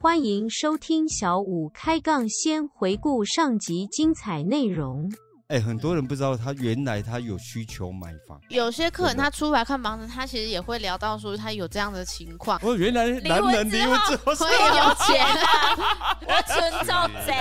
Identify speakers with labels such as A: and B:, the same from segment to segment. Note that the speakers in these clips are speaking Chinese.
A: 欢迎收听小五开杠，先回顾上集精彩内容。
B: 哎、很多人不知道他原来他有需求买房。
C: 有些客人他出来看房子，他其实也会聊到说他有这样的情 况，
B: 我哦原来男人离婚之后是
C: 所以有钱。
D: 我尊重 谁？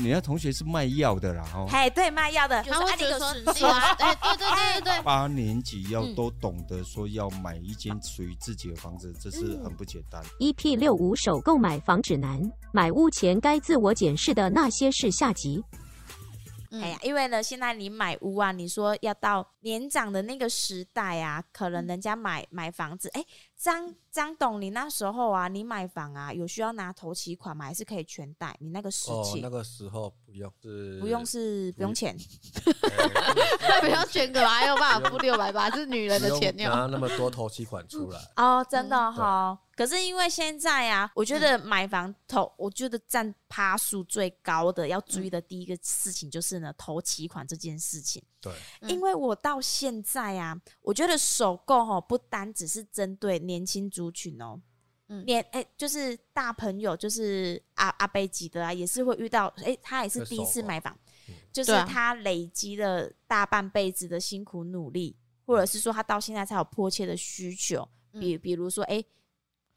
B: 你那同学是卖药的啦哦，
D: 哎，对，卖药的，
C: 他会觉得说，
D: 就是啊
C: 对啊，哎，对对对对对，
B: 八年级要
C: 嗯
B: 都懂得说要买一间属于自己的房子，这
D: 嗯
B: 是很不简单。
A: EP E 六五首购买房指南，买屋前该自我检视的那些事下集。
C: 嗯
D: 哎呀，因为呢，现在你买屋啊，你说要到年长的那个时代啊，可
C: 嗯
D: 能人家买买房子，哎，张张董，你那时候啊，你买房啊，有需要拿头期款吗？还是可以全贷？你那个时
E: 哦，
D: 期、
E: 那个时候不用，是
D: 不用是不用钱，
C: 嗯他不要捐个吧，还有办法付六百八，这是女人的
E: 不
C: 钱
E: 用
C: 哟。
E: 拿那么多头期款出 来。
D: 哦，真的哈、
C: 嗯
D: 可是因为现在啊，我觉得买房头，我觉得占趴数最高的要
C: 嗯
D: 注意的第一个事情就是呢，投期款这件事情。
E: 对，
C: 嗯
D: 因为我到现在啊，我觉得首购哦，不单只是针对年轻族群哦。
C: 嗯
D: 年哎、就是大朋友，就是阿阿贝吉的啊，也是会遇到哎、他也是
E: 会
D: 第一次
E: 首购
D: 买房
E: 嗯，
D: 就是
C: 对啊
D: 他累积了大半辈子的辛苦努力，或者是说他到现在才有迫切的需求，
C: 嗯
D: 比比如说，哎、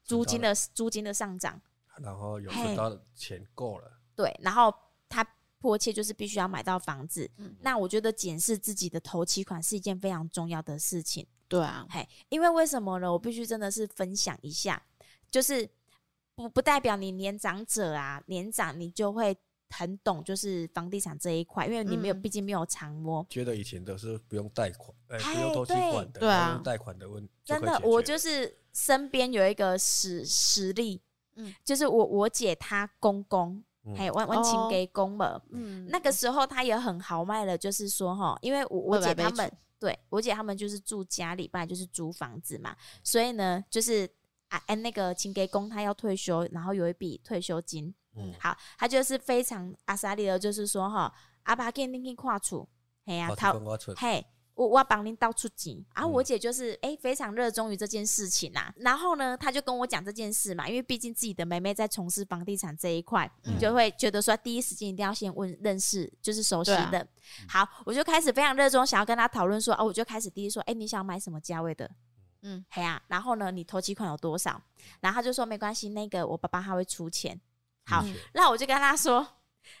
D: 租金
E: 知道
D: 的租金的上涨，
E: 然后有
D: 嘿
E: 知道钱够了，
D: 对，然后他迫切就是必须要买到房子。
C: 嗯
D: 那我觉得检视自己的头期款是一件非常重要的事情，
C: 对啊，
D: 嘿，因为为什么呢？我必须真的是分享一下，就是不不代表你年长者啊，年长你就会很懂就是房地产这一块，因为你没有，
C: 嗯
D: 毕竟没有常摸。
E: 觉得以前都是不用贷款，哎，
D: 嘿
E: 不用头期款
C: 对
E: 的，
C: 对啊
E: 不用贷款的问题
D: 真的，我就是是身边有一个实实例，
C: 嗯
D: 就是我我姐她公公，
E: 嗯
D: 还有万万
C: 哦
D: 亲给公了。
C: 嗯
D: 那个时候她也很豪迈了，就是说哈，因为我我
C: 二百
D: 姐
C: 倍
D: 他
C: 出
D: 们，对我姐他们就是住家里，本来就是租房子嘛，所以呢，就是啊，哎那个清给公他要退休，然后有一笔退休金，
E: 嗯
D: 好，他就是非常阿萨利的，就是说哈，阿爸给你去跨处，嘿呀、
E: 好
C: 哦
D: 啊，
E: 掏
D: 他
E: 光存，
D: 嘿，我我要帮您到处挤啊！
E: 嗯
D: 我姐就是哎、非常热衷于这件事情啊。然后呢，她就跟我讲这件事嘛，因为毕竟自己的妹妹在从事房地产这一块，
E: 嗯
D: 就会觉得说第一时间一定要先问认识，就是熟悉
C: 对
D: 的。
E: 嗯
D: 好，我就开始非常热衷，想要跟她讨论说，哦，我就开始第一说，哎、你想买什么价位的？
C: 嗯
D: 嗯，嘿呀、然后呢，你头期款有多少？然后她就说没关系，那个我爸爸他会出钱。好，
E: 嗯
D: 那我就跟她说，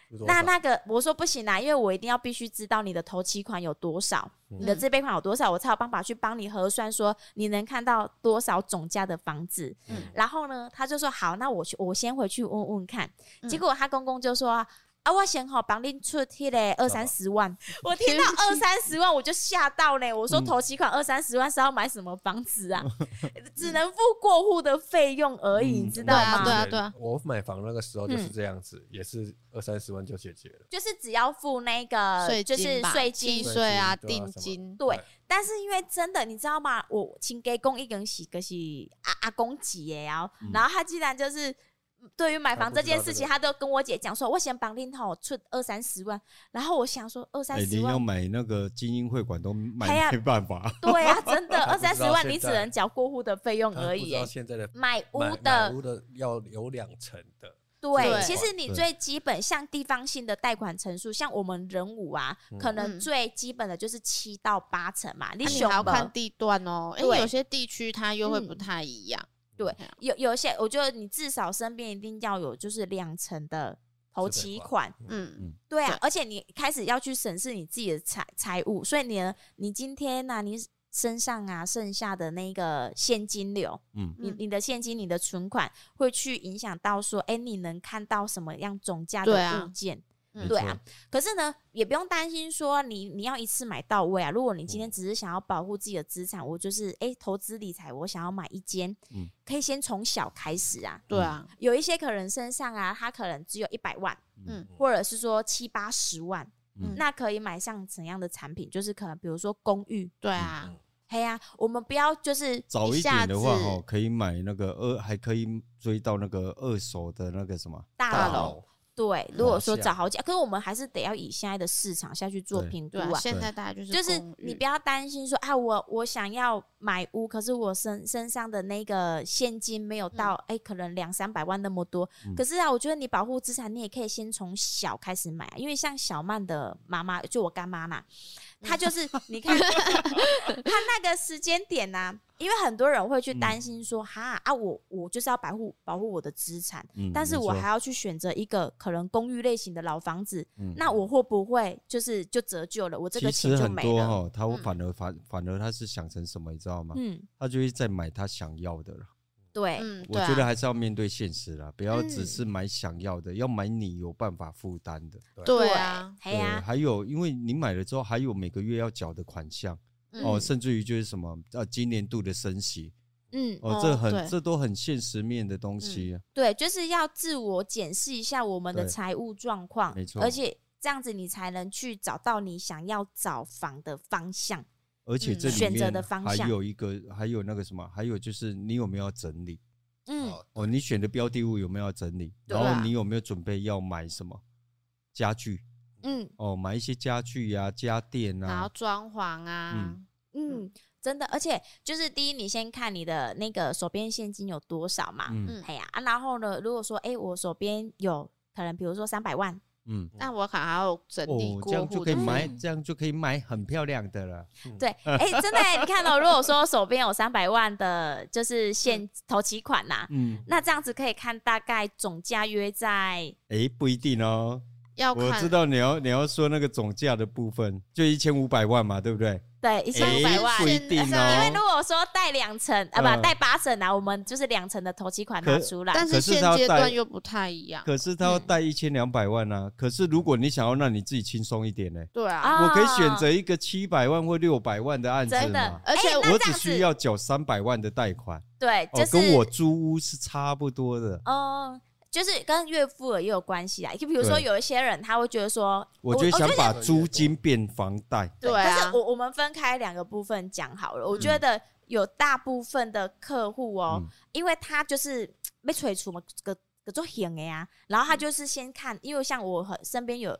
E: 是多少
D: 那那个我说不行啦，因为我一定要必须知道你的头期款有多少，
E: 嗯
D: 你的自备款有多少，我才有办法去帮你核算，说你能看到多少总价的房子。
E: 嗯
D: 然后呢，他就说好，那我去，我先回去问问看。
C: 嗯
D: 结果他公公就说啊，我先好帮你出贴嘞二三十万， 我听到二三十万我就吓到嘞，我说
B: 嗯
D: 头期款二三十万是要买什么房子啊？ 只能付过户的费用而已，
B: 嗯
D: 你知道吗？
C: 对啊对啊
E: 我买房那个时候就是
D: 嗯
E: 这样子，也是二三十万就解决了。
D: 就是只要付那个
C: 税
D: 呃就
C: 金
D: 是
C: 吧
D: 税
C: 契
D: 金，
C: 税啊、
E: 对啊
C: 定
E: 什么
C: 金，
D: 对，但是因为真的，你知道吗？我请给公一根喜，可是阿阿公级耶，然后、
B: 嗯
D: 然后他竟然就是嗯对于买
E: 他
D: 房
E: 不
D: 这
E: 知
D: 件
E: 道
D: 事
E: 这
D: 情，
E: 个
D: 他都跟我姐讲说，我先绑定好出二三十万，然后我想说二三
B: 哎、
D: 十
B: 你要
D: 万，
B: 买那个精英会馆都
D: 哎
B: 买
D: 呀
B: 没办法，
D: 对 啊，真的
E: 他
D: 二
E: 不知道
D: 三十万你
E: 现
D: 只
E: 在
D: 能缴过户的费用
E: 他
D: 而
E: 不
D: 已
E: 知道
D: 耶。
E: 现在的
D: 买屋
E: 买买
D: 的
E: 屋的要有两层的，
D: 对，
C: 对
D: 其实你
B: 对
D: 最基本像地方性的贷款成数，像我们人武啊，
E: 嗯
D: 可
C: 嗯
D: 能最基本的就是七到八成嘛。你
C: 那你
D: 想
C: 还要
D: 不
C: 看地段哦，因为
D: 对
C: 有些地区它又会不
D: 嗯
C: 太一样。
D: 对
C: 对啊，
D: 有有一些，我觉得你至少身边一定要有就是两成的投
E: 自备
D: 期
E: 款
D: 款，
C: 嗯，
D: 对啊
C: 对，
D: 而且你开始要去审视你自己的财财务，所以你的你今天呢、你身上啊剩下的那个现金流，
B: 嗯，
D: 你
C: 嗯
D: 你的现金、你的存款会去影响到说，哎、你能看到什么样总价
C: 对啊
D: 的物件？
C: 嗯
D: 对啊，可是呢，也不用担心说你你要一次买到位啊。如果你今天
B: 哦
D: 只是想要保护自己的资产，我就是哎、诶投资理财，我想要买一间，
B: 嗯
D: 可以先从小开始啊。
C: 对啊，
D: 有一些可能身上啊，他可能只有一百万，
C: 嗯
B: 嗯
D: 或者是说七八十万，
B: 嗯
D: 那可以买上怎样的产品？就是可能比如说公寓，
C: 对啊，
D: 嘿呀、我们不要就是
B: 早一
C: 下
B: 点的话哦
C: 子
B: 哈，可以买那个二，还可以追到那个二手的那个什么
D: 大
C: 大
D: 楼，
C: 楼
E: 哦，
D: 对，如果说
B: 是啊
D: 找好几，可是我们还是得要以现在的市场下去做
B: 对
D: 评估
C: 对啊
D: 啊，。
C: 现在大家就是
D: 就是
C: 公寓
D: 你不要担心说啊，我我想要买屋，可是我身身上的那个现金没有到，
C: 嗯
D: 哎、可能两三百万那么多。
B: 嗯
D: 可是啊，我觉得你保护资产，你也可以先从小开始买啊，因为像小曼的妈妈，就我干妈嘛，
C: 嗯
D: 她就是你看她那个时间点呐、因为很多人会去担心说，哈啊，我我就是要保护保护我的资产，
B: 嗯
D: 但是
B: 没
D: 我
B: 错
D: 还要去选择一个可能公寓类型的老房子，
B: 嗯
D: 那我会不会就是就折旧了？我这
B: 其
D: 个钱
B: 实
D: 就
B: 很
D: 没
B: 多
D: 了。
B: 哈，他会
D: 嗯
B: 反而反反而他是想成什么，你知道吗？
D: 嗯，
B: 他就会在买他想要的了。
D: 对，
C: 嗯，
B: 我
C: 对啊
B: 觉得还是要面对现实啦，不要只
D: 嗯
B: 是买想要的，要买你有办法负担的。
C: 对啊，
D: 嘿呀、
B: 还有因为你买了之后，还有每个月要缴的款项、哦，
D: 嗯
B: 甚至于就是什么呃，今年度的升息
D: 嗯，
B: 哦，
C: 哦
B: 这很
C: 对嗯
B: 这都很现实面的东西啊、
D: 对，就是要自我检视一下我们的
B: 对
D: 财务状况，
B: 没错
D: 而且这样子你才能去找到你想要找房的方向。
B: 而且
C: 嗯
B: 这里
D: 选择
B: 面
D: 的方
B: 还
D: 向
B: 有一个，还有那个什么，还有就是你有没有要整理
D: 嗯，
E: 哦
B: 哦？你选的标的物有没有要整理？
C: 对
B: 然
C: 啊
B: 后你有没有准备要买什么家具？
D: 嗯
B: 哦，买一些家具呀、家电
C: 然后
B: 啊，
C: 装潢啊，
B: 嗯
D: 嗯，真的，而且就是第一，你先看你的那个手边现金有多少嘛，
B: 嗯
C: 嗯
D: 哎呀、啊，然后呢，如果说哎、我手边有可能比如说三百万，
B: 嗯，
C: 那我可能还要整理
B: 哦，这
C: 过
B: 样就可
C: 户的
B: 以
C: 费
B: 买，
C: 用
B: 这样就可以买很漂亮的了。
D: 对，哎、真的、欸，你看哦，如果说手边有三百万的，就是现头期款呐、
B: 嗯，
D: 那这样子可以看大概总价约在
B: 诶，不一定哦。
C: 要
B: 我
C: 看
B: 知道你要你要说那个总价的部分，就一千五百万嘛，对不对？
D: 对一千五百万。
B: 不一定
D: 因为
B: 哦
D: 如。果说贷两成啊，
B: 嗯
D: 不贷八成啊，我们就是两成的头期款拿
B: 可
D: 出来。
C: 但
B: 可
C: 是
B: 是
C: 现
B: 他要
C: 阶
B: 带
C: 段又不太一样，
B: 可是他要
D: 嗯
B: 贷一千两百万啊。可是如果你想要让你自己轻松一点呢、
C: 对啊，
D: 啊
B: 我可以选择一个七百万或六百万的案子
D: 真的
B: 嘛，。
C: 而且
D: 哎那
B: 我
D: 这
B: 只
D: 样
B: 需
D: 子
B: 要缴三百万的贷款，
D: 对，
B: 哦
D: 就，是
B: 跟我租屋是差不多的。
D: 嗯，就是跟岳父也有关系啊。就比如说
B: 对
D: 有一些人他会觉得说，哦
B: 我觉得想把
E: 得
B: 租金变房贷，
C: 对
D: 可是
C: 啊，
D: 我我们分开两个部分讲好了。我觉得有大部分的客户哦、
B: 嗯
D: 因为他就是被催促嘛，个个做行的呀、然后他就是先看，因为像我和身边有。
B: 嗯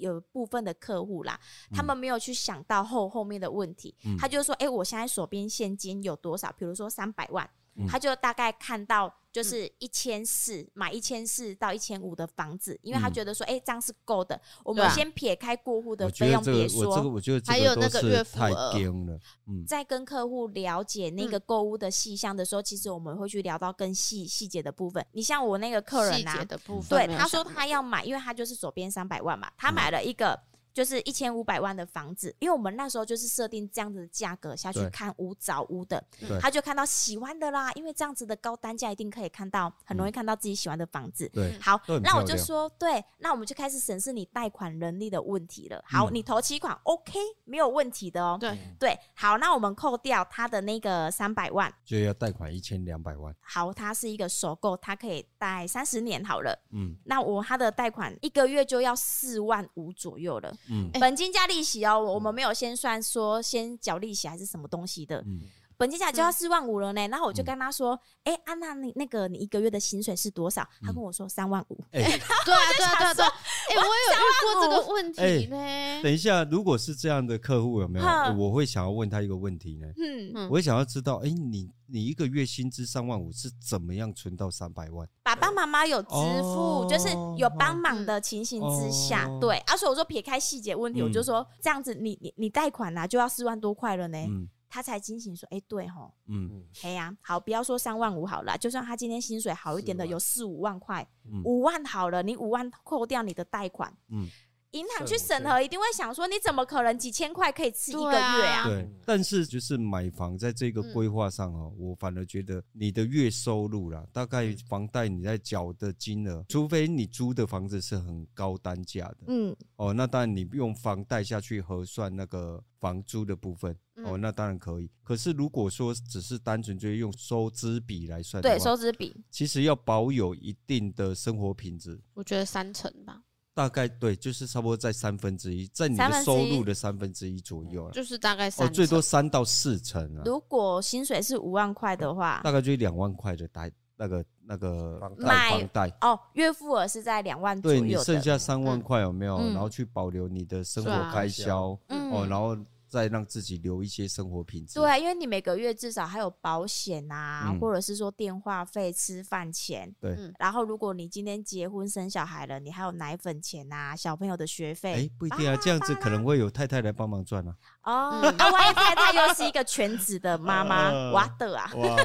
D: 有部分的客户啦，
B: 嗯
D: 他们没有去想到后后面的问题，
B: 嗯
D: 他就说：“哎、我现在手边现金有多少？比如说三百万，
B: 嗯
D: 他就大概看到就是一千四，买一千四到一千五的房子，因为他
B: 嗯
D: 觉得说，哎、这样是够的。我
C: 对
D: 们
C: 啊
D: 先撇开过户的
B: 我觉
D: 费
B: 得
D: 用
B: 这
D: 别
B: 个
D: 说，
B: 我这个我觉得
C: 还
B: 这
C: 有
B: 都
C: 那个
B: 是
C: 岳父
B: 太
C: 额
B: 颠了，嗯，
D: 在跟客户了解那个
C: 嗯
D: 购物的细项的时候，其实我们会去聊到更细细节的部分。你像我那个客人
C: 细节
D: 啊，
C: 的部分
D: 对
C: 没有
D: 他
C: 想
D: 说
C: 到
D: 他要买，因为他就是手边三百万嘛，
B: 嗯
D: 他买了一个就是一千五百万的房子，因为我们那时候就是设定这样子的价格下去
B: 对
D: 看屋找屋的
B: 对，
D: 他就看到喜欢的啦，因为这样子的高单价一定可以看到，很容易看到自己喜欢的房子。
B: 嗯对，
D: 好
B: 都很，
D: 那我
B: 漂
D: 就
B: 亮
D: 说，对，那我们就开始审视你贷款能力的问题了。好，
B: 嗯
D: 你头期款 OK 没有问题的哦，
C: 对，
D: 对，好，那我们扣掉他的那个三百万，
B: 就要贷款一千两百万，
D: 好，他是一个首购，他可以贷三十年好了。
B: 嗯
D: 那我他的贷款一个月就要四万五左右了，
B: 嗯
C: 哎
D: 本金加利息哦，我我们没有先算说先缴利息还是什么东西的，
B: 嗯，
D: 本金加就要
C: 嗯
D: 四万五了呢。然后我就
B: 嗯
D: 跟他说，哎、安娜，你那个你一个月的薪水是多少？
B: 嗯
D: 他跟我说三万五。
B: 哎、
C: 对啊，对啊，对啊，对啊，哎，我有遇过这个
B: 哦
C: 问
B: 哎
C: 题呢，
B: 等一下，如果是这样的客户有没有？
D: 哼
B: 我会想要问他一个问题呢，
D: 嗯，
C: 嗯
B: 我会想要知道，哎、你你一个月薪资三万五是怎么样存到三百万？
D: 爸爸妈妈有支付，
B: 哦
D: 就是有帮忙的情形之下，
B: 嗯
D: 对。而、啊、且我说撇开细节问题，
B: 嗯
D: 我就说这样子你，你你贷款啊，就要四万多块了呢。
B: 嗯
D: 他才惊醒说，哎、对吼，
B: 嗯
D: 哎呀、好，不要说三万五好了，就算他今天薪水好一点的，
E: 4万
D: 有四五万块，
B: 嗯
D: 五万好了，你五万扣掉你的贷款，
B: 嗯，
D: 银行去审核一定会想说，你怎么可能几千块可以吃一个
C: 对啊
D: 月啊？
B: 对。但是就是买房在这个
C: 嗯
B: 规划上哦，我反而觉得你的月收入啦，大概房贷你在缴的金额，除非你租的房子是很高单价的，
D: 嗯，
B: 哦，那当然你用房贷下去核算那个房租的部分，哦，
C: 嗯
B: 那当然可以。可是如果说只是单纯就是用收支比来算的
D: 对，
B: 话
D: 收支比，
B: 其实要保有一定的生活品质，
C: 我觉得三成吧，
B: 大概对，就是差不多在三分之一，在你
D: 三
B: 的
D: 分之
B: 收
D: 一
B: 入的三分之一左右了，
C: 就是大概
B: 哦，
C: 三，
B: 最多三到四成啊，
D: 如果薪水是五万块的话，
B: 大概就是两万块的贷那个那个
E: 房贷
B: 贷
D: 买
B: 房贷，
D: 哦，月付额是在两万左
B: 对你
D: 右
B: 剩
D: 的，
B: 下三万
D: 嗯
B: 块有没有？
D: 嗯
B: 然后去保留你的生活
C: 对啊
B: 开销
D: 嗯
B: 哦，然后再让自己留一些生活品质。
D: 对，因为你每个月至少还有保险啊，
B: 嗯
D: 或者是说电话费、吃饭钱。
B: 对
C: 嗯
D: 然后，如果你今天结婚生小孩了，你还有奶粉钱啊，小朋友的学费。
B: 哎，不一定啊，这样子可能会有太太来帮忙赚啊。
D: 哦，
C: 嗯
D: 那万一太太又是一个全职的妈妈，
B: 呃
D: 哇的啊！
B: 哇，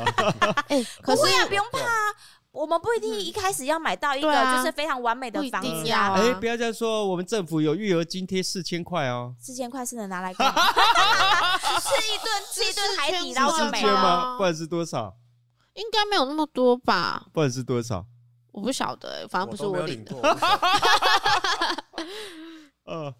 C: 哎、可
D: 不
C: 是
D: 会啊，不用怕啊，我们不一定一开始要买到一
C: 对
D: 个
C: 啊
D: 就是非常完美的
C: 不一
D: 房
C: 定
D: 子
C: 要
D: 啊，
C: 啊
B: 哎，不要这样说，我们政府有育儿津贴四千块哦，
D: 四千块是能拿 来干嘛 吃一顿吃一顿海底捞
C: 然后
D: 就
B: 四
D: 哦没
B: 千
C: 4000
D: 了。
B: 吗？不然是多少？
C: 应该没有那么多吧？
B: 不然是多少？
C: 我不晓得、哎反正不是
E: 都没有
C: 领的。
E: 过，我不晓得
B: 呃，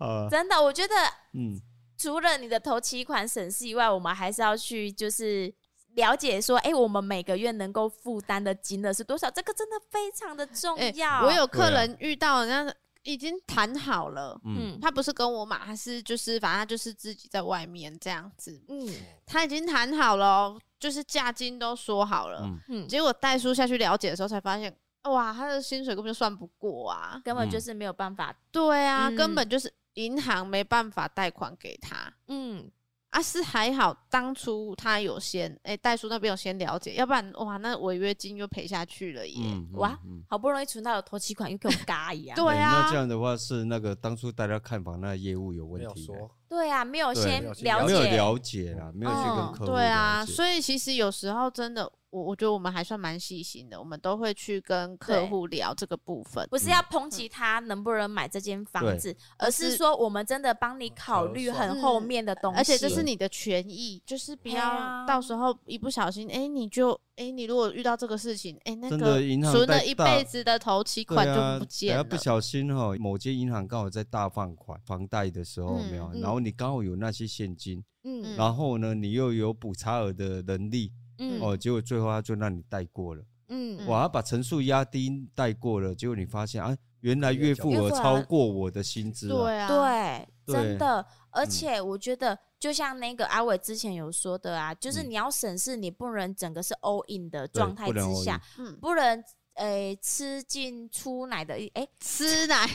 B: 呃，
D: 真的，我觉得
B: 嗯，
D: 除了你的头期款省事以外，我们还是要去就是了解说，哎、我们每个月能够负担的金额是多少？这个真的非常的重
C: 哎、
D: 要。
C: 我有
B: 对
C: 客
B: 啊
C: 人遇到人家已经谈好了，
B: 嗯，
C: 他不是跟我买，他是就是反正他就是自己在外面这样子，
D: 嗯
C: 他已经谈好了哦，就是价金都说好了，
B: 嗯
D: 嗯，
C: 结果代书下去了解的时候才发现，哇，他的薪水根本就算不过啊，
D: 根本
B: 嗯
D: 就是没有办法。
C: 对啊，
D: 嗯
C: 根本就是银行没办法贷款给他。
D: 嗯，
C: 啊，是还好，当初他有先，哎、代书那边有先了解，要不然哇，那违约金又赔下去了耶。
B: 嗯，
D: 哇
B: 嗯，嗯
D: 好不容易存到有头期款，又给我 嘎一样。
C: 对
B: 哎
C: 啊
B: 那这样的话是那个当初大家看房那个业务有问
E: 没有
B: 题的，
E: 说，
D: 对啊，没有
B: 对
D: 先
E: 没有先
D: 了
B: 没有
D: 解。
B: 了解啦，没有去跟
D: 嗯
B: 客户
C: 对啊，
B: 了解。
C: 所以其实有时候真的，我我觉得我们还算蛮细心的，我们都会去跟客
D: 对
C: 户聊这个部分。
D: 不是要
B: 嗯
D: 抨击他能不能买这间房子，而是说我们真的帮
E: 嗯
D: 你考虑很后面的东
C: 嗯
D: 西，
C: 而且这是你的权益，就是不
D: 对啊
C: 要到时候一不小心，哎、你就哎、你如果遇到这个事情，哎、那
B: 真
C: 个
B: 的银行
C: 存
B: 贷
C: 了一
B: 大
C: 辈子的头期
B: 对
C: 款
B: 啊
C: 就不见了。
B: 等下不小心哈、某间银行刚好在大放款房贷的时候有没有，
C: 嗯
B: 然后你刚好有那些现金，
C: 嗯
B: 然后呢你又有补差额的能力、
D: 嗯
B: 哦，结果最后他就让你贷过了，
C: 嗯
B: 哇，他把层数压低贷过了，结果你发现啊，原来月付
D: 月付
B: 额
D: 额
B: 超过我的薪资、啊，
C: 对啊，
D: 对，
B: 对嗯
D: 真的。而且我觉得，就像那个阿伟之前有说的啊，就是
B: 嗯
D: 你要审视，你不能整个是 all in 的状态
B: 不能
D: 之
B: all
D: 下，
C: 嗯，
D: 不能呃吃进出奶的，哎、
C: 吃奶，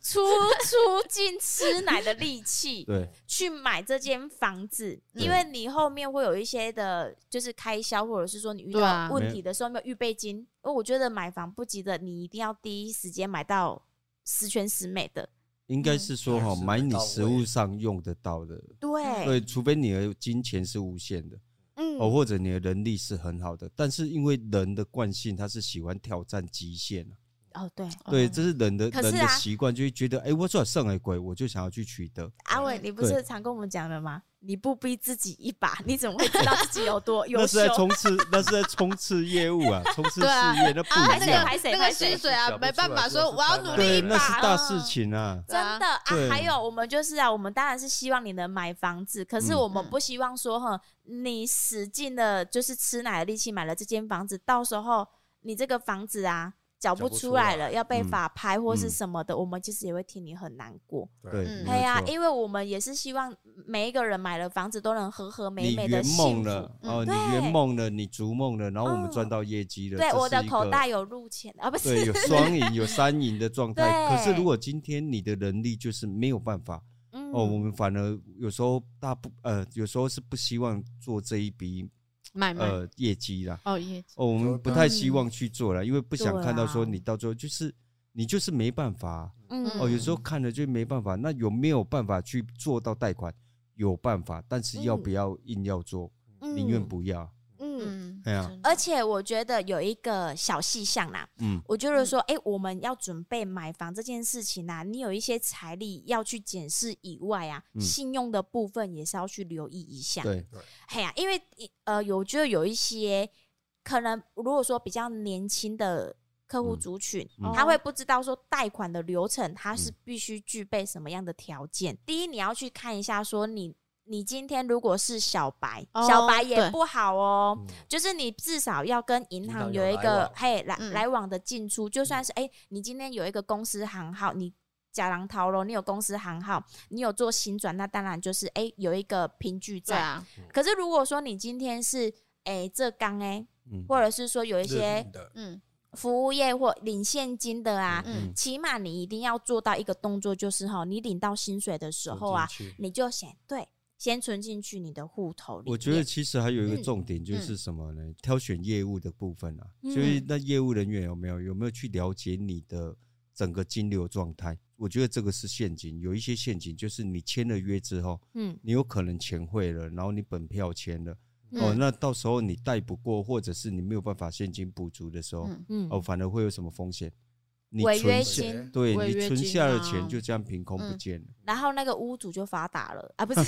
D: 出出进吃奶的力气
B: 对，
D: 去买这间房子，因
B: 对
D: 为你后面会有一些的，就是开销，或者是说你遇
C: 对啊
D: 到问题的时候没有预备金。因为我觉得买房不急的，你一定要第一时间买到十全十美的，
B: 应该是说哈、
E: 嗯
B: 买你
E: 到位
B: 实物上用得到的，
D: 对，
B: 对，除非你的金钱是无限的。
D: 嗯
B: 哦，或者你的能力是很好的，但是因为人的惯性，他是喜欢挑战极限啊、
D: 哦对，
B: 对，
C: 嗯
B: 这是人的、
D: 可是
B: 人的
D: 啊
B: 习惯，就会觉得，哎、我做上海鬼，我就想要去取得。
D: 阿伟，你不
B: 对
D: 是常跟我们讲的吗？你不逼自己一把，你怎么会知道自己有多优
B: 那是
D: 秀
B: 在？冲 刺，那是在冲刺业务啊，冲刺事
C: 对啊
B: 业，那
D: 啊
B: 不一样。
D: 还是有
C: 那
D: 还
C: 个
D: 是有
C: 薪水啊
E: 想，不
C: 没
E: 出来
C: 办法
E: 说
C: 说
E: 是
C: 我要
E: 太
C: 努
E: 难
C: 力
B: 对，
C: 一
B: 那
C: 把。
B: 是
D: 哦
B: 大事情啊。
D: 真的啊
B: 对，
D: 还有我们就是啊，我们当然是希望你能买房子，可是
B: 嗯
D: 我们
C: 嗯
D: 不希望说哈，你使尽了就是吃奶的力气买了这间房子，到时候你这个房子啊缴不
E: 缴不
D: 出
E: 出
D: 来
E: 来
D: 了，要被
B: 嗯
D: 法拍或是
B: 嗯
D: 什么的，我们其实也会替你很难过。
B: 对，
C: 嗯
B: 没
D: 对呀，
B: 错
D: 因为我们也是希望每一个人买了房子都能和和美
B: 你
D: 美的
B: 圆
D: 幸
B: 梦
D: 福。
B: 了，
C: 嗯
B: 哦，你
D: 对
B: 圆梦了，你逐梦了，然后我们赚
D: 嗯
B: 到业绩了。
D: 对，
B: 这
D: 我
B: 是
D: 的
B: 一
D: 口
B: 个
D: 袋有入钱啊，不
B: 对
D: 是
B: 有 双赢，有三赢的状态。可是
D: 对
B: 如果今天你的能力就是没有办法。
D: 嗯
B: 哦，我们反而有时候大部呃，有时候是不希望做这一笔
C: 买卖
B: 呃业绩啦。
C: 哦耶，
B: 哦，我们不太希望去做了，因为不想
D: 对
B: 看到说
D: 啊
B: 你到最后就是你就是没办法啊、
D: 嗯
B: 哦，有时候看了就没办法。那有没有办法去做到贷款？有办法，但是要不
D: 嗯
B: 要硬要做？宁愿不要。
D: 嗯。
C: 嗯，
B: 哎呀
C: 真的
D: 而且我觉得有一个小细项啦，
B: 嗯，
D: 我觉得
C: 嗯
D: 说，哎、我们要准备买房这件事情啊，你有一些财力要去检视以外啊，
B: 嗯
D: 信用的部分也是要去留意一下。，
B: 对，
D: 嘿呀、因为呃，有我觉得有一些可能，如果说比较年轻的客户
B: 嗯
D: 族群，
B: 嗯
D: 他
C: 哦
D: 会不知道说贷款的流程，它是
B: 嗯
D: 必须具备什么样的条件。第一，你要去看一下说你。你今天如果是小白，
C: 哦
D: 小白也
C: 对
D: 不好哦，
E: 嗯
D: 就是你至少要跟银行有一
E: 银行有来
D: 个
E: 往
D: 嘿来
C: 嗯
D: 来往的进出，就算是哎、你今天有一个公司行号，你假狼逃楼，你有公司行号，你有做新转，那当然就是哎、有一个凭据
C: 对
D: 在。
C: 啊，
D: 可是如果说你今天是哎、这刚哎
B: 嗯
D: 或者是说有一
E: 日
D: 些
E: 本的，
C: 嗯
D: 服务业或领现金的啊，
C: 嗯
D: 起码你一定要做到一个动作，就是哈，你领到薪水的时候啊，
E: 走进去
D: 你就先对先存进去你的户头里面。
B: 我觉得其实还有一个
D: 嗯
B: 重点就是什么呢？挑选业务的部分啊，
D: 嗯
B: 所以那业务人员有没有有没有去了解你的整个金流状态？我觉得这个是陷阱，有一些陷阱就是你签了约之后，
D: 嗯，
B: 你有可能钱汇了，然后你本票签了，哦，
C: 嗯
B: 那到时候你贷不过，或者是你没有办法现金补足的时候，
C: 嗯，
D: 嗯
B: 哦，反而会有什么风险？你
D: 违
B: 存
D: 约
E: 对
B: 下
D: 金金
B: 对
C: 违
B: 你
C: 约
B: 存
C: 金
B: 下的
C: 啊
B: 钱就这样凭空不
C: 嗯
B: 见了，
D: 然后那个屋主就发达了 啊，不是
B: 嗯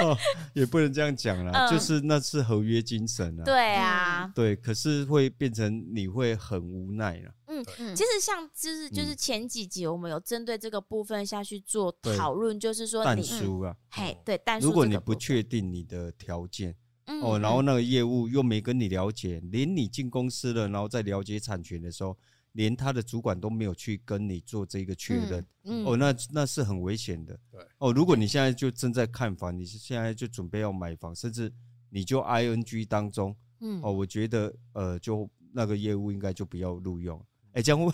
B: 哦，也不能这样讲啦，就
D: 嗯
B: 是那是合约精神啊。
D: 对啊，
B: 对，可是会变成你会很无奈了。
C: 嗯
D: 其实像就是就是
B: 嗯
D: 前几集我们有针对这个部分下去做
B: 对
D: 讨论，就是说
B: 但
D: 你
B: 书啊，
D: 嘿对，但
B: 如果你不确定你的条件
D: 嗯
B: 哦，然后那个业务又没跟你了解，连你进公司了，然后再了解产权的时候，连他的主管都没有去跟你做这个确认
D: 嗯
B: 哦，那那是很危险的
E: 对。
B: 哦，如果你现在就正在看房，你是现在就准备要买房，甚至你就 ing 当中
D: 嗯
B: 哦，我觉得呃，就那个业务应该就不要录用。哎，这样会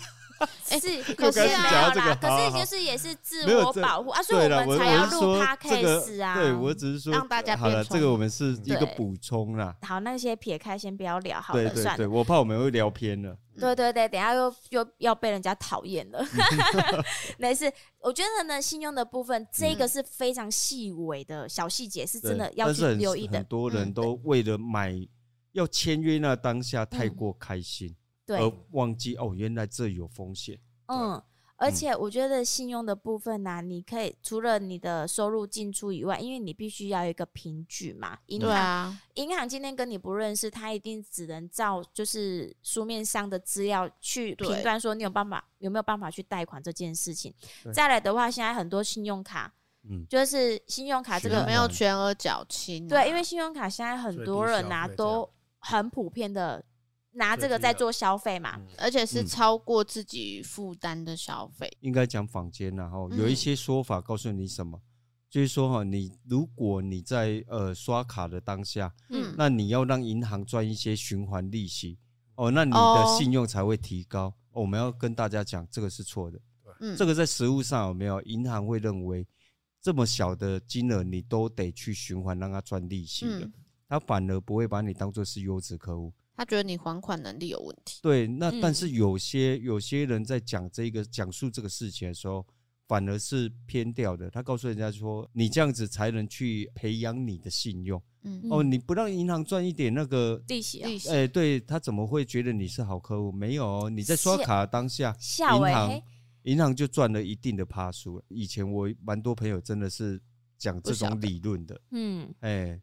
D: 哎 是
C: 可
D: 可
C: 是啊
B: 讲到这个
D: 啦，可
B: 好
D: 是
B: 好
D: 就是也是自
B: 没有
D: 我
B: 这
D: 保 护啊，所以
B: 对了，
D: 们
B: 我
D: 才要
B: 我是
D: 录
B: 说这个
D: podcast 啊，
B: 对我只是说
C: 让大家
B: 好了，
C: 变聪
B: 这个我们是一个
D: 对
B: 补充啦。
D: 好，那些撇开先不要聊好
B: 对
D: 了，
B: 对
D: 算
B: 对，
D: 了。
B: 我怕我们会聊偏了。
D: 对对对，等一下又又要被人家讨 厌了。 没事，我觉得呢，信用的部分这个是非常细微的小细节，是
B: 嗯
D: 真
B: 对
D: 的要
B: 但
D: 去
B: 是很
D: 留意
B: 很
D: 的。
B: 多人
D: 嗯
B: 都为了买要签约那当下太过开心，而
D: 嗯对，
B: 忘记哦，原来这有风险。
D: 嗯。而且我觉得信用的部分呢、你可以除了你的收入进出以外，因为你必须要有一个凭据嘛。银
C: 对
D: 行
C: 啊，
D: 银行今天跟你不认识，他一定只能照就是书面上的资料去
C: 对
D: 评断说你有办法有没有办法去贷款这件事情
E: 对。
D: 再来的话，现在很多信用卡，
B: 嗯
D: 就是信用卡这
B: 是
D: 个
B: 啊
C: 没有全额缴清啊，
D: 对，因为信用卡现在很多人呐、
E: 最低消费这样
D: 都很普遍的拿这个在做消费嘛。
E: 嗯
C: 而且是
B: 嗯
C: 超过自己负担的消费。
B: 应该讲坊间然后有一
C: 嗯
B: 些说法告诉你什么，就是说哈，你如果你在呃刷卡的当下，
D: 嗯
C: 嗯，
B: 那你要让银行赚一些循环利息哦，那你的
C: 哦
B: 信用才会提高。哦我们要跟大家讲，这个是错的。
C: 嗯
B: 这个在实物上有没有？银行会认为这么小的金额你都得去循环让它赚利息的，
C: 嗯
B: 他反而不会把你当做是优质客户。
C: 他觉得你还款能力有问题。
B: 对，那
D: 嗯
B: 但是有些、有些人在讲这个讲述这个事情的时候，反而是偏掉的。他告诉人家说，你这样子才能去培养你的信用。
C: 嗯
B: 哦，你不让银行赚一点那个。
D: 利息、哦
C: 利息
B: 哎、对他怎么会觉得你是好客户？没有哦、你在刷
D: 是
B: 卡当下，
D: 笑
B: 银
D: 哎、
B: 行
D: 嘿
B: 银行就赚了一定的趴数了。以前我蛮多朋友真的是讲这
C: 不晓
B: 种
C: 得
B: 理论的，
D: 嗯，
B: 哎、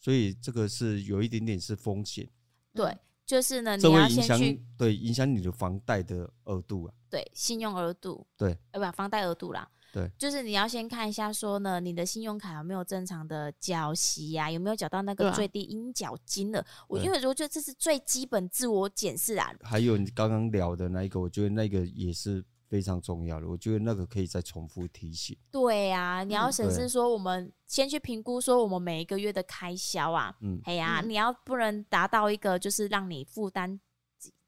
B: 所以这个是有一点点是风险，
D: 对，
C: 嗯
D: 就是呢，你
B: 这会
D: 要
B: 影
D: 先
B: 响
D: 去
B: 对影响你的房贷的额度啊。
D: 对信用额度，
B: 对，
D: 呃，不，房贷额度啦。
B: 对，
D: 就是你要先看一下，说呢，你的信用卡有没有正常的缴息呀、有没有缴到那
C: 对
D: 个
C: 啊
D: 最低应缴金额？我
B: 对
D: 因为我觉得这是最基本自我检视啊。
B: 还有你刚刚聊的那一个，我觉得那个也是非常重要的，我觉得那个可以再重复提醒。
D: 对啊，你要
C: 嗯
D: 审
B: 对
D: 视说，我们先去评估说我们每一个月的开销啊，
B: 嗯，
D: 哎呀、
C: 嗯
D: 你要不能达到一个就是让你负担，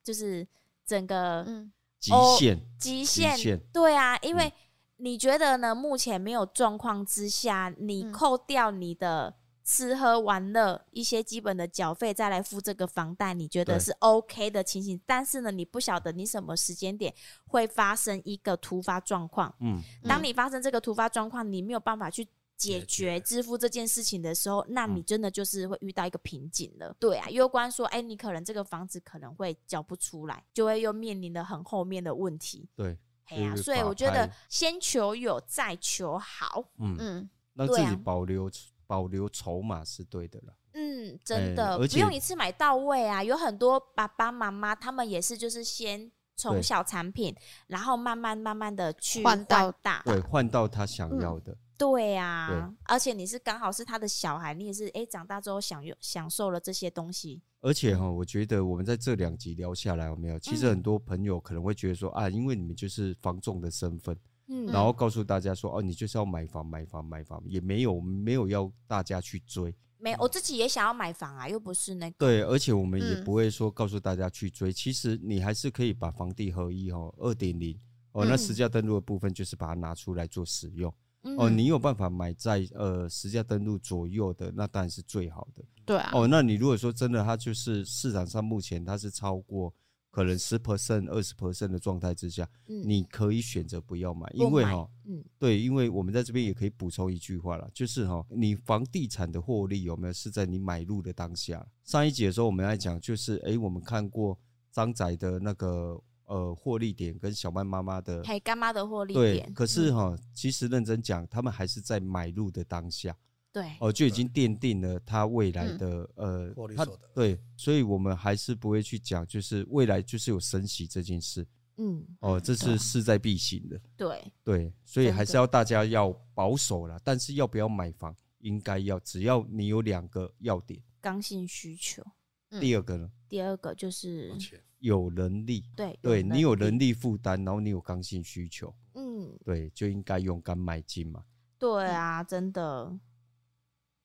D: 就是整个
C: 嗯，
B: 极
D: 哦
B: 限、
D: 极限。
B: 极限
D: 对啊，因为你觉得呢？目前没有状况之下，你
C: 嗯
D: 扣掉你的吃喝玩乐一些基本的缴费，再来付这个房贷，你觉得
B: 对
D: 是 OK 的情形。但是呢，你不晓得你什么时间点会发生一个突发状况。
B: 嗯，
D: 当
C: 嗯
D: 你发生这个突发状况，你没有办法去解
E: 解
D: 决
E: 决
D: 支付这件事情的时候，那你
B: 嗯
D: 真的就是会遇到一个瓶颈了。对啊，攸关说，哎、你可能这个房子可能会交不出来，就会又面临了很后面的问题。
B: 对，
D: 哎呀、
B: 就是
D: 所以
B: 法
D: 我觉得
B: 拍
D: 先求有，再求好。
B: 嗯，
C: 嗯，
B: 让
D: 对
B: 自己
D: 啊
B: 保留保留筹码是对的啦。
D: 嗯，真的、
B: 哎而
D: 不用
B: 且
D: 一次买到位啊。有很多爸爸妈妈他们也是，就是先从
B: 对
D: 小产品，然后慢慢慢慢的去
C: 换到
D: 大。
B: 对，换到他想
D: 嗯
B: 要的，
D: 对呀、而且你是刚好是他的小孩，你也是哎、诶长大之后享用享受了这些东西，
B: 而且哈，我觉得我们在这两集聊下来，有没有？其实
D: 嗯
B: 很多朋友可能会觉得说啊，因为你们就是房仲的身份，
D: 嗯
B: 然后告诉大家说哦，你就是要买房、买房、买房，也没有没有要大家去追，
D: 没，我自己也想要买房啊，又不是那个，
B: 对，而且我们也
C: 嗯
B: 不会说告诉大家去追，其实你还是可以把房地合一哦，二点零哦，那
D: 嗯
B: 实价登录的部分就是把它拿出来做使用、哦，
D: 嗯
B: 你有办法买在呃实价登录左右的，那当然是最好的、
C: 对啊，
B: 哦。那你如果说真的它就是市场上目前它是超过可能十 percent、二十 percent 的状态之下，
D: 嗯
B: 你可以选择不要买，因
D: 不
B: 为
D: 买
B: 哈，
D: 嗯
B: 对，因为我们在这边也可以补充一句话啦，就是哈，你房地产的获利有没有是在你买入的当下？上一集的时候我们来讲，就是诶，我们看过张仔的那个呃获利点跟小曼妈妈的
D: 还有干妈的获利
B: 对
D: 点，，
B: 可是
D: 嗯
B: 哈，其实认真讲，他们还是在买入的当下
D: 对
B: 哦、就已经奠定了他未来
C: 嗯
B: 的、呃
E: 获利
B: 他
E: 所得
B: 对，所以我们还是不会去讲，就是未来就是有升息这件事
D: 嗯
B: 哦、这是势在必行的。
D: 对，
B: 对，所以
D: 真
B: 还是
D: 的
B: 要大家要保守啦。但是要不要买房，应该要，只要你有两个要点。
D: 刚性需求。
C: 嗯
B: 第二个呢，
D: 第二个就是
E: 有钱
B: 有能力，
D: 对
B: 对你有能
D: 力，
B: 力负担，然后你有刚性需求，
D: 嗯，
B: 对，就应该勇敢买进嘛。
D: 对啊，真的。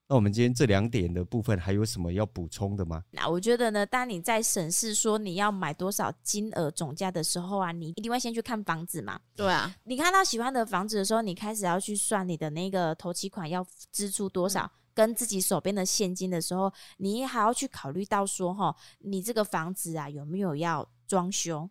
B: 那我们今天这两点的部分还有什么要补充的吗？
D: 那我觉得呢，当你在审视说你要买多少金额总价的时候啊，你一定会先去看房子嘛。
C: 对啊，
D: 你看到喜欢的房子的时候，你开始要去算你的那个头期款要支出多少，跟自己手边的现金的时候，你还要去考虑到说，哈，你这个房子啊有没有要装修，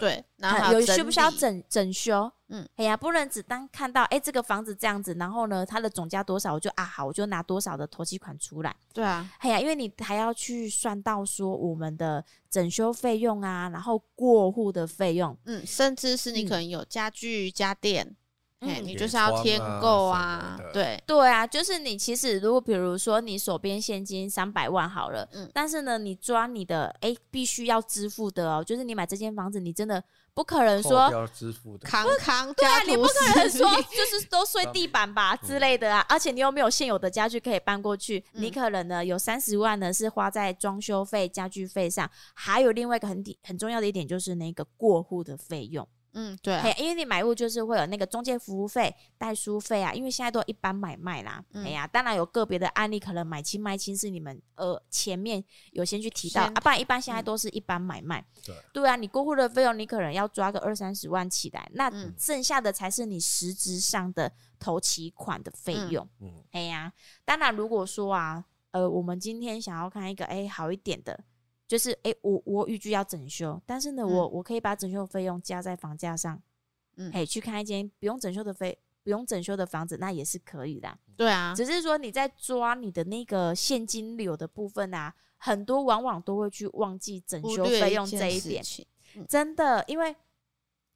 C: 对，然后
D: 呃
C: 还
D: 有
C: 整
D: 需不需要
C: 理？
D: 整整修？
C: 嗯
D: 嗯，哎呀，不能只单看到哎、这个房子这样子，然后呢它的总价多少，我就啊好，我就拿多少的头期款出来。
C: 对啊，
D: 哎呀，因为你还要去算到说我们的整修费用啊，然后过户的费用，
C: 嗯，甚至是你可
D: 嗯
C: 能有家具、家电，哎，
D: 嗯
C: 你
E: 铁
C: 就是要
E: 窗
C: 添
E: 啊
C: 购
E: 什么
C: 啊
E: 的，
C: 对，
D: 对啊，就是你其实如果比如说你手边现金三百万好了，
C: 嗯
D: 但是呢，你抓你的哎、必须要支付的哦，就是你买这间房子，你真的不可能
E: 扣
D: 呃说
E: 掉支付的，
C: 扛扛
D: 对啊，
C: 家
D: 你不
C: 徒
D: 可能
C: 四
D: 说
C: 壁，
D: 就是都睡地板吧之类的啊，而且你又没有现有的家具可以搬过去，
C: 嗯
D: 你可能呢有三十万呢是花在装修费、家具费上，还有另外一个很底很重要的一点就是那个过户的费用，
C: 嗯，对啊，
D: 嘿，因为你买入就是会有那个中介服务费、代书费啊，因为现在都一般买卖啦，
C: 嗯
D: 哎呀，当然有个别的案例可能买亲卖亲是你们呃前面有先去提到啊
C: 先，
D: 不然一般现在
C: 嗯
D: 都是一般买卖，
E: 对
D: 对啊，你过户的费用你可能要抓个二三十万起来，那
C: 嗯
D: 剩下的才是你实质上的投期款的费
C: 嗯
D: 用。
E: 嗯，
D: 哎呀、当然如果说啊，呃，我们今天想要看一个哎好一点的，就是哎我我预计要整修，但是呢、我我可以把整修费用加在房价上，
C: 嗯
D: 哎去看一间不用整修的费不用整修的房子，那也是可以的啊。
C: 对啊，
D: 只是说你在抓你的那个现金流的部分啊，很多往往都会去忘记整
C: 忽
D: 修
C: 略
D: 费
C: 一
D: 用
C: 件
D: 这一
C: 事
D: 点，
C: 情
D: 真的，因为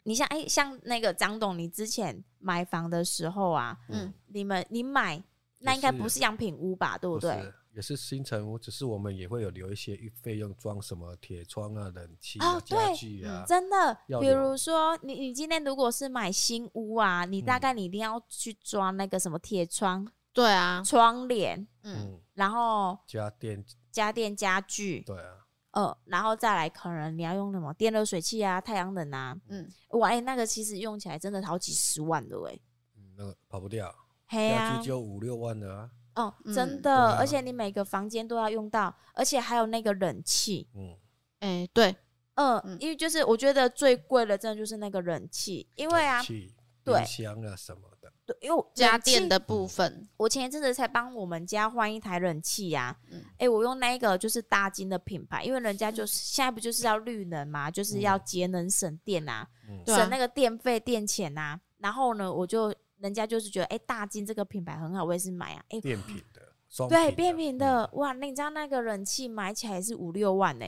D: 你像哎、像那个张董，你之前买房的时候啊，
C: 嗯
D: 你们你买那
E: 也
D: 应该
E: 是
D: 不是样品屋吧，对不对？
E: 是？也是新城屋，只是我们也会有留一些费用装什么铁窗啊、冷气啊、
D: 哦
E: 家
D: 对
E: 具啊，
D: 真的，
E: 要
D: 比
E: 留
D: 如说你你今天如果是买新屋啊，你大
E: 嗯
D: 概你一定要去装那个什么铁窗、
C: 对啊，
D: 窗帘，
C: 嗯，
E: 嗯，
D: 然后
E: 家电
D: 家电家具，
E: 对啊，
D: 呃，然后再来可能你要用什么电热水器啊、太阳能啊，
C: 嗯
D: 嗯，哇，哎、那个其实用起来真的好几十万的喂、
E: 嗯那个跑不掉，
D: 嘿
E: 家
D: 哎呀
E: 具、就五六万了啊，
D: 哦、真
C: 嗯
D: 的、
E: 对啊
D: 而且你每个房间都要用到，而且还有那个冷气，
E: 嗯，
C: 哎，对，
D: 嗯，
C: 嗯
D: 因为就是我觉得最贵的真的就是那个冷气，因为啊
E: 冷，气
D: 对
E: 冰箱啊什么的，
D: 对因为我
C: 家
D: 冷气
C: 电的部分，
D: 我前一阵子才帮我们家换一台冷气呀、啊，哎、
C: 嗯
D: 我用那个就是大金的品牌，因为人
E: 嗯
D: 家就是现在不就是要绿能嘛，就是要节能省电啊，
E: 嗯，
C: 对啊
D: 省那个电费电钱呐、然后呢，我就人家就是觉得，哎、大金这个品牌很好，我也是买啊，哎、
E: 变频的，双
D: 对，
E: 的嗯
D: 变频的，，哇，那你知道那个冷气买起来也是五六万呢、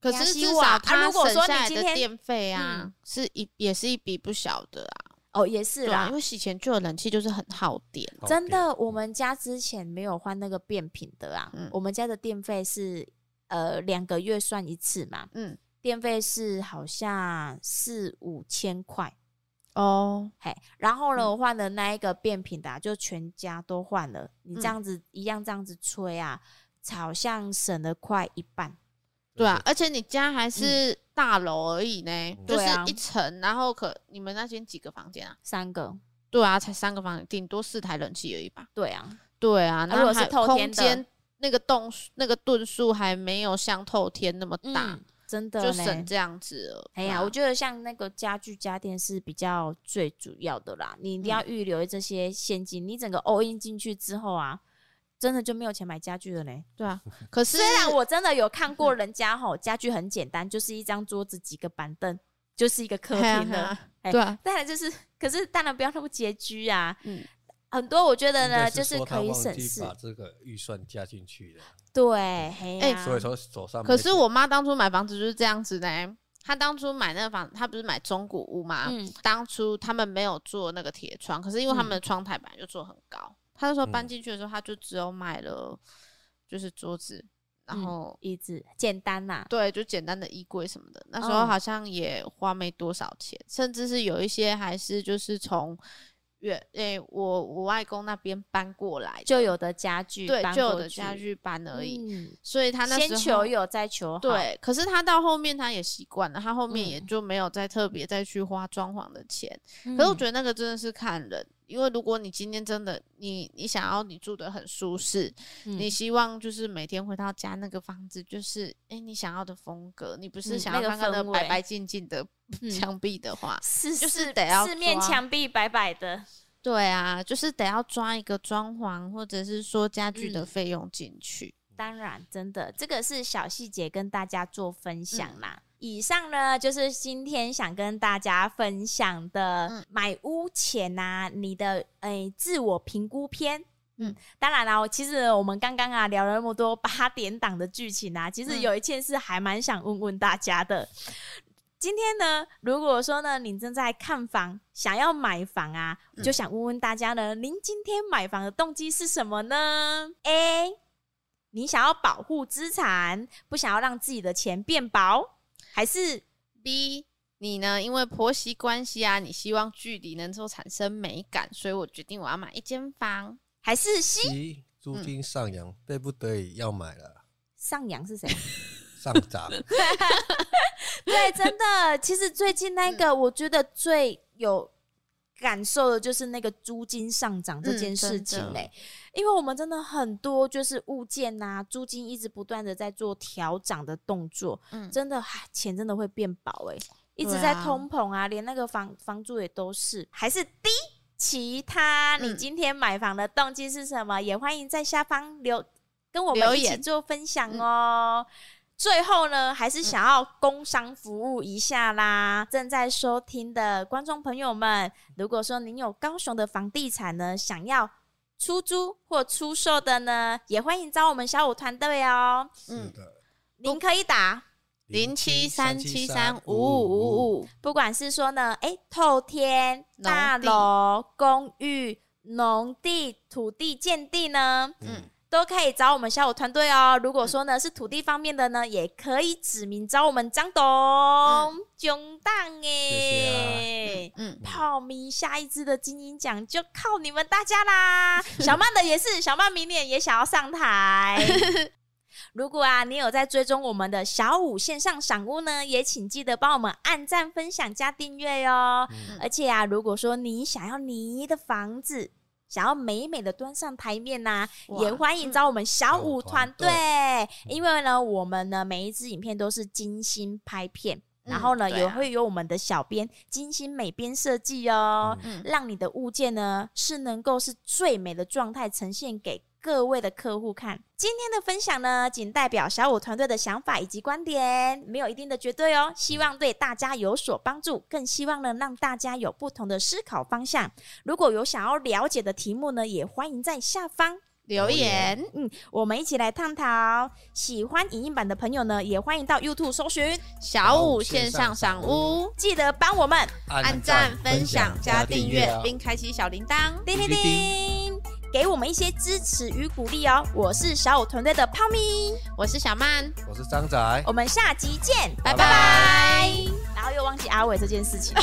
C: 可
D: 两
C: 是
D: 西
C: 至
D: 瓦
C: 少
D: 啊
C: 它
D: 如果
C: 省
D: 说
C: 下
D: 你
C: 来
D: 今
C: 的
D: 天
C: 电费啊
D: 嗯，
C: 是一也是一笔不小的啊，
D: 哦，也是
C: 对啊，
D: 啦
C: 因，为以前旧的冷气就是很耗电，
E: 嗯
D: 真，的，
E: 耗电
D: 我们家之前没有换那个变频的啊，
C: 嗯
D: 我们家的电费是呃两个月算一次嘛，
C: 嗯，
D: 电费是好像四五千块。
C: 哦，
D: 嘿，然后呢，
C: 嗯
D: 我换了那一个变频的啊、就全家都换了。你
C: 嗯
D: 这样子、一样这样子吹啊，好像省了快一半。
C: 对嗯啊，，而且你家还是大楼而已呢，就是
D: 对啊
C: 一层，然后可你们那间几个房间啊？
D: 三个，
C: 对啊，才三个房间，顶多四台冷气而已吧。
D: 对啊，
C: 对啊，
D: 如
C: 那
D: 果是
C: 还
D: 透
C: 空
D: 天的
C: 间那个栋数那个吨数还没有像透天那么大，
D: 嗯，真的
C: 就
D: 嘞
C: 省这样子了。啊
D: 哎呀，我觉得像那个家具家电是比较最主要的啦，你一定
C: 嗯
D: 要预留这些现金。你整个 all in 进去之后啊，真的就没有钱买家具了嘞。
C: 对嗯啊，可是
D: 虽然我真的有看过人家吼，家具很简单，就是一张桌子、几个板凳，就是一个客
C: 嘿啊
D: 厅
C: 嘿
D: 了。
C: 啊
D: 哎
C: 对啊，
D: 当然就是，可是当然不要那么拮据啊。
C: 嗯
D: 很多我觉得
E: 应
D: 呢，
E: 该
D: 就是是
E: 说他
D: 可以
E: 忘
D: 省
E: 记
D: 事啊
E: 把。这个预算加进去了，
D: 对，嘿
C: 哎
D: 呀
E: 所以说手上没
C: 可是
E: 钱
C: 我妈当初买房子就是这样子呢。她当初买那个房，她不是买中古屋吗？
D: 嗯
C: 当初他们没有做那个铁窗，可是因为他们的窗台本来就做很高，她那时候搬
E: 嗯
C: 进去的时候，她就只有买了就是桌子，然
D: 嗯
C: 后
D: 椅子简单呐，
C: 对，就简单的衣柜什么的。那时
D: 嗯
C: 候好像也花没多少钱，甚至是有一些还是就是从远诶、我我外公那边搬过来的，
D: 就有的家具
C: 对
D: 搬
C: 就有
D: 过
C: 的家
D: 去
C: 具搬而已。
D: 嗯
C: 所以他那时
D: 先
C: 候
D: 求有再求好。
C: 对，可是他到后面他也习惯了，他后面
D: 嗯
C: 也就没有再特别再去花装潢的钱。
D: 嗯，
C: 可是我觉得那个真的是看人，因为如果你今天真的你你想要你住的很舒适，
D: 嗯
C: 你希望就是每天回到家那个房子就是哎、诶你想要的风格，你不是
D: 嗯
C: 想
D: 那
C: 要
D: 个
C: 刚刚的
D: 氛围
C: 白白净净的
D: 嗯
C: 墙壁的话，
D: 是
C: 就是
D: 是
C: 得要
D: 四面
C: 抓
D: 墙壁白白的，
C: 对啊，就是得要抓一个装潢或者是说家具的
D: 嗯
C: 费用进去。
D: 当然真的这个是小细节跟大家做
C: 嗯
D: 分享啦。以上呢，就是今天想跟大家分享的、
C: 嗯
D: 买屋前呐、你的诶、自我评估篇。嗯
C: 嗯，
D: 当然啦，我其实我们刚刚啊聊了那么多八点档的剧情啊，其实
C: 嗯
D: 有一件事还蛮想问问大家的。今天呢，如果说呢你正在看房，想要买房啊，
C: 嗯
D: 我就想问问大家呢，您今天买房的动机是什么呢？A，你想要保护资产，不想要让自己的钱变薄，还是
C: B 你呢？因为婆媳关系啊，你希望距离能够产生美感，所以我决定我要买一间房。
D: 还是 C？
E: 急租金上
D: 嗯
E: 扬，被不得已要买了，
D: 上扬是谁？
E: 上涨。
D: 嗯 对，真的，其实最近
C: 嗯
D: 那个，我觉得最有感受的就是那个租金上涨这
C: 嗯
D: 件事
C: 真
D: 情
C: 的
D: 嘞、因为我们真的很多就是物件呐、租金一直不断的在做调涨的动作，
C: 嗯，
D: 真的唉钱真的会变薄哎、一直
C: 对
D: 在
C: 啊
D: 通膨啊，连那个房房租也都是，还是低。其他，你
C: 嗯
D: 今天买房的动机是什么？也欢迎在下方留跟我
C: 留
D: 们一起
C: 言嗯
D: 做分享哦。最后呢，还是想要工商服务一下啦。正在收听的观众朋友们，如果说您有高雄的房地产呢，想要出租或出售的呢，也欢迎找我们小五团队哦。
E: 是
C: 嗯
E: 的，
D: 您可以打
C: 零七三七三五
E: 五
C: 五五五，
D: 不管是说呢，哎、透天、
C: 农地
D: 大楼、公寓、农地、土地鉴定呢，
E: 嗯，
D: 都可以找我们小五团队哦。如果说呢是土地方面的呢，也可以指名找我们张董、囧当哎
E: 谢。
C: 嗯，
D: 泡咪下一支的金鹰奖就靠你们大家啦！小曼的也是，小曼明年也想要上台。 如果啊，你有在追踪我们的小五线上赏屋呢，也请记得帮我们按赞、分享、加订阅哟。
E: 嗯
D: 而且啊，如果说你想要你的房子，想要美美的端上台面啊呐、
C: 哇嗯
D: 也欢迎找我们小五团队
E: 小五，
D: 因为呢，我们呢每一支影片都是精心拍片，
C: 嗯
D: 然后呢、
C: 对啊
D: 也会有我们的小编精心美编设计哦，
C: 嗯
D: 让你的物件呢是能够是最美的状态呈现给。各位的客户看今天的分享呢，仅代表小五团队的想法以及观点，没有一定的绝对哦。
C: 嗯
D: 希望对大家有所帮助，更希望呢让大家有不同的思考方向。如果有想要了解的题目呢，也欢迎在下方
C: 留
E: 留言
C: 言
D: 嗯，我们一起来探讨。喜欢影音版的朋友呢，也欢迎到 YouTube 搜寻，
C: 小五线上赏屋，
D: 记得帮我们
C: 按赞、分享、加订阅，啊并开启小铃铛。
D: 叮叮叮，给我们一些支持与鼓励哦。我是小五团队的泡咪，
C: 我是小曼，
E: 我是张仔
D: 我，们下集见，
C: 拜拜
D: 然后又忘记阿伟这件事情。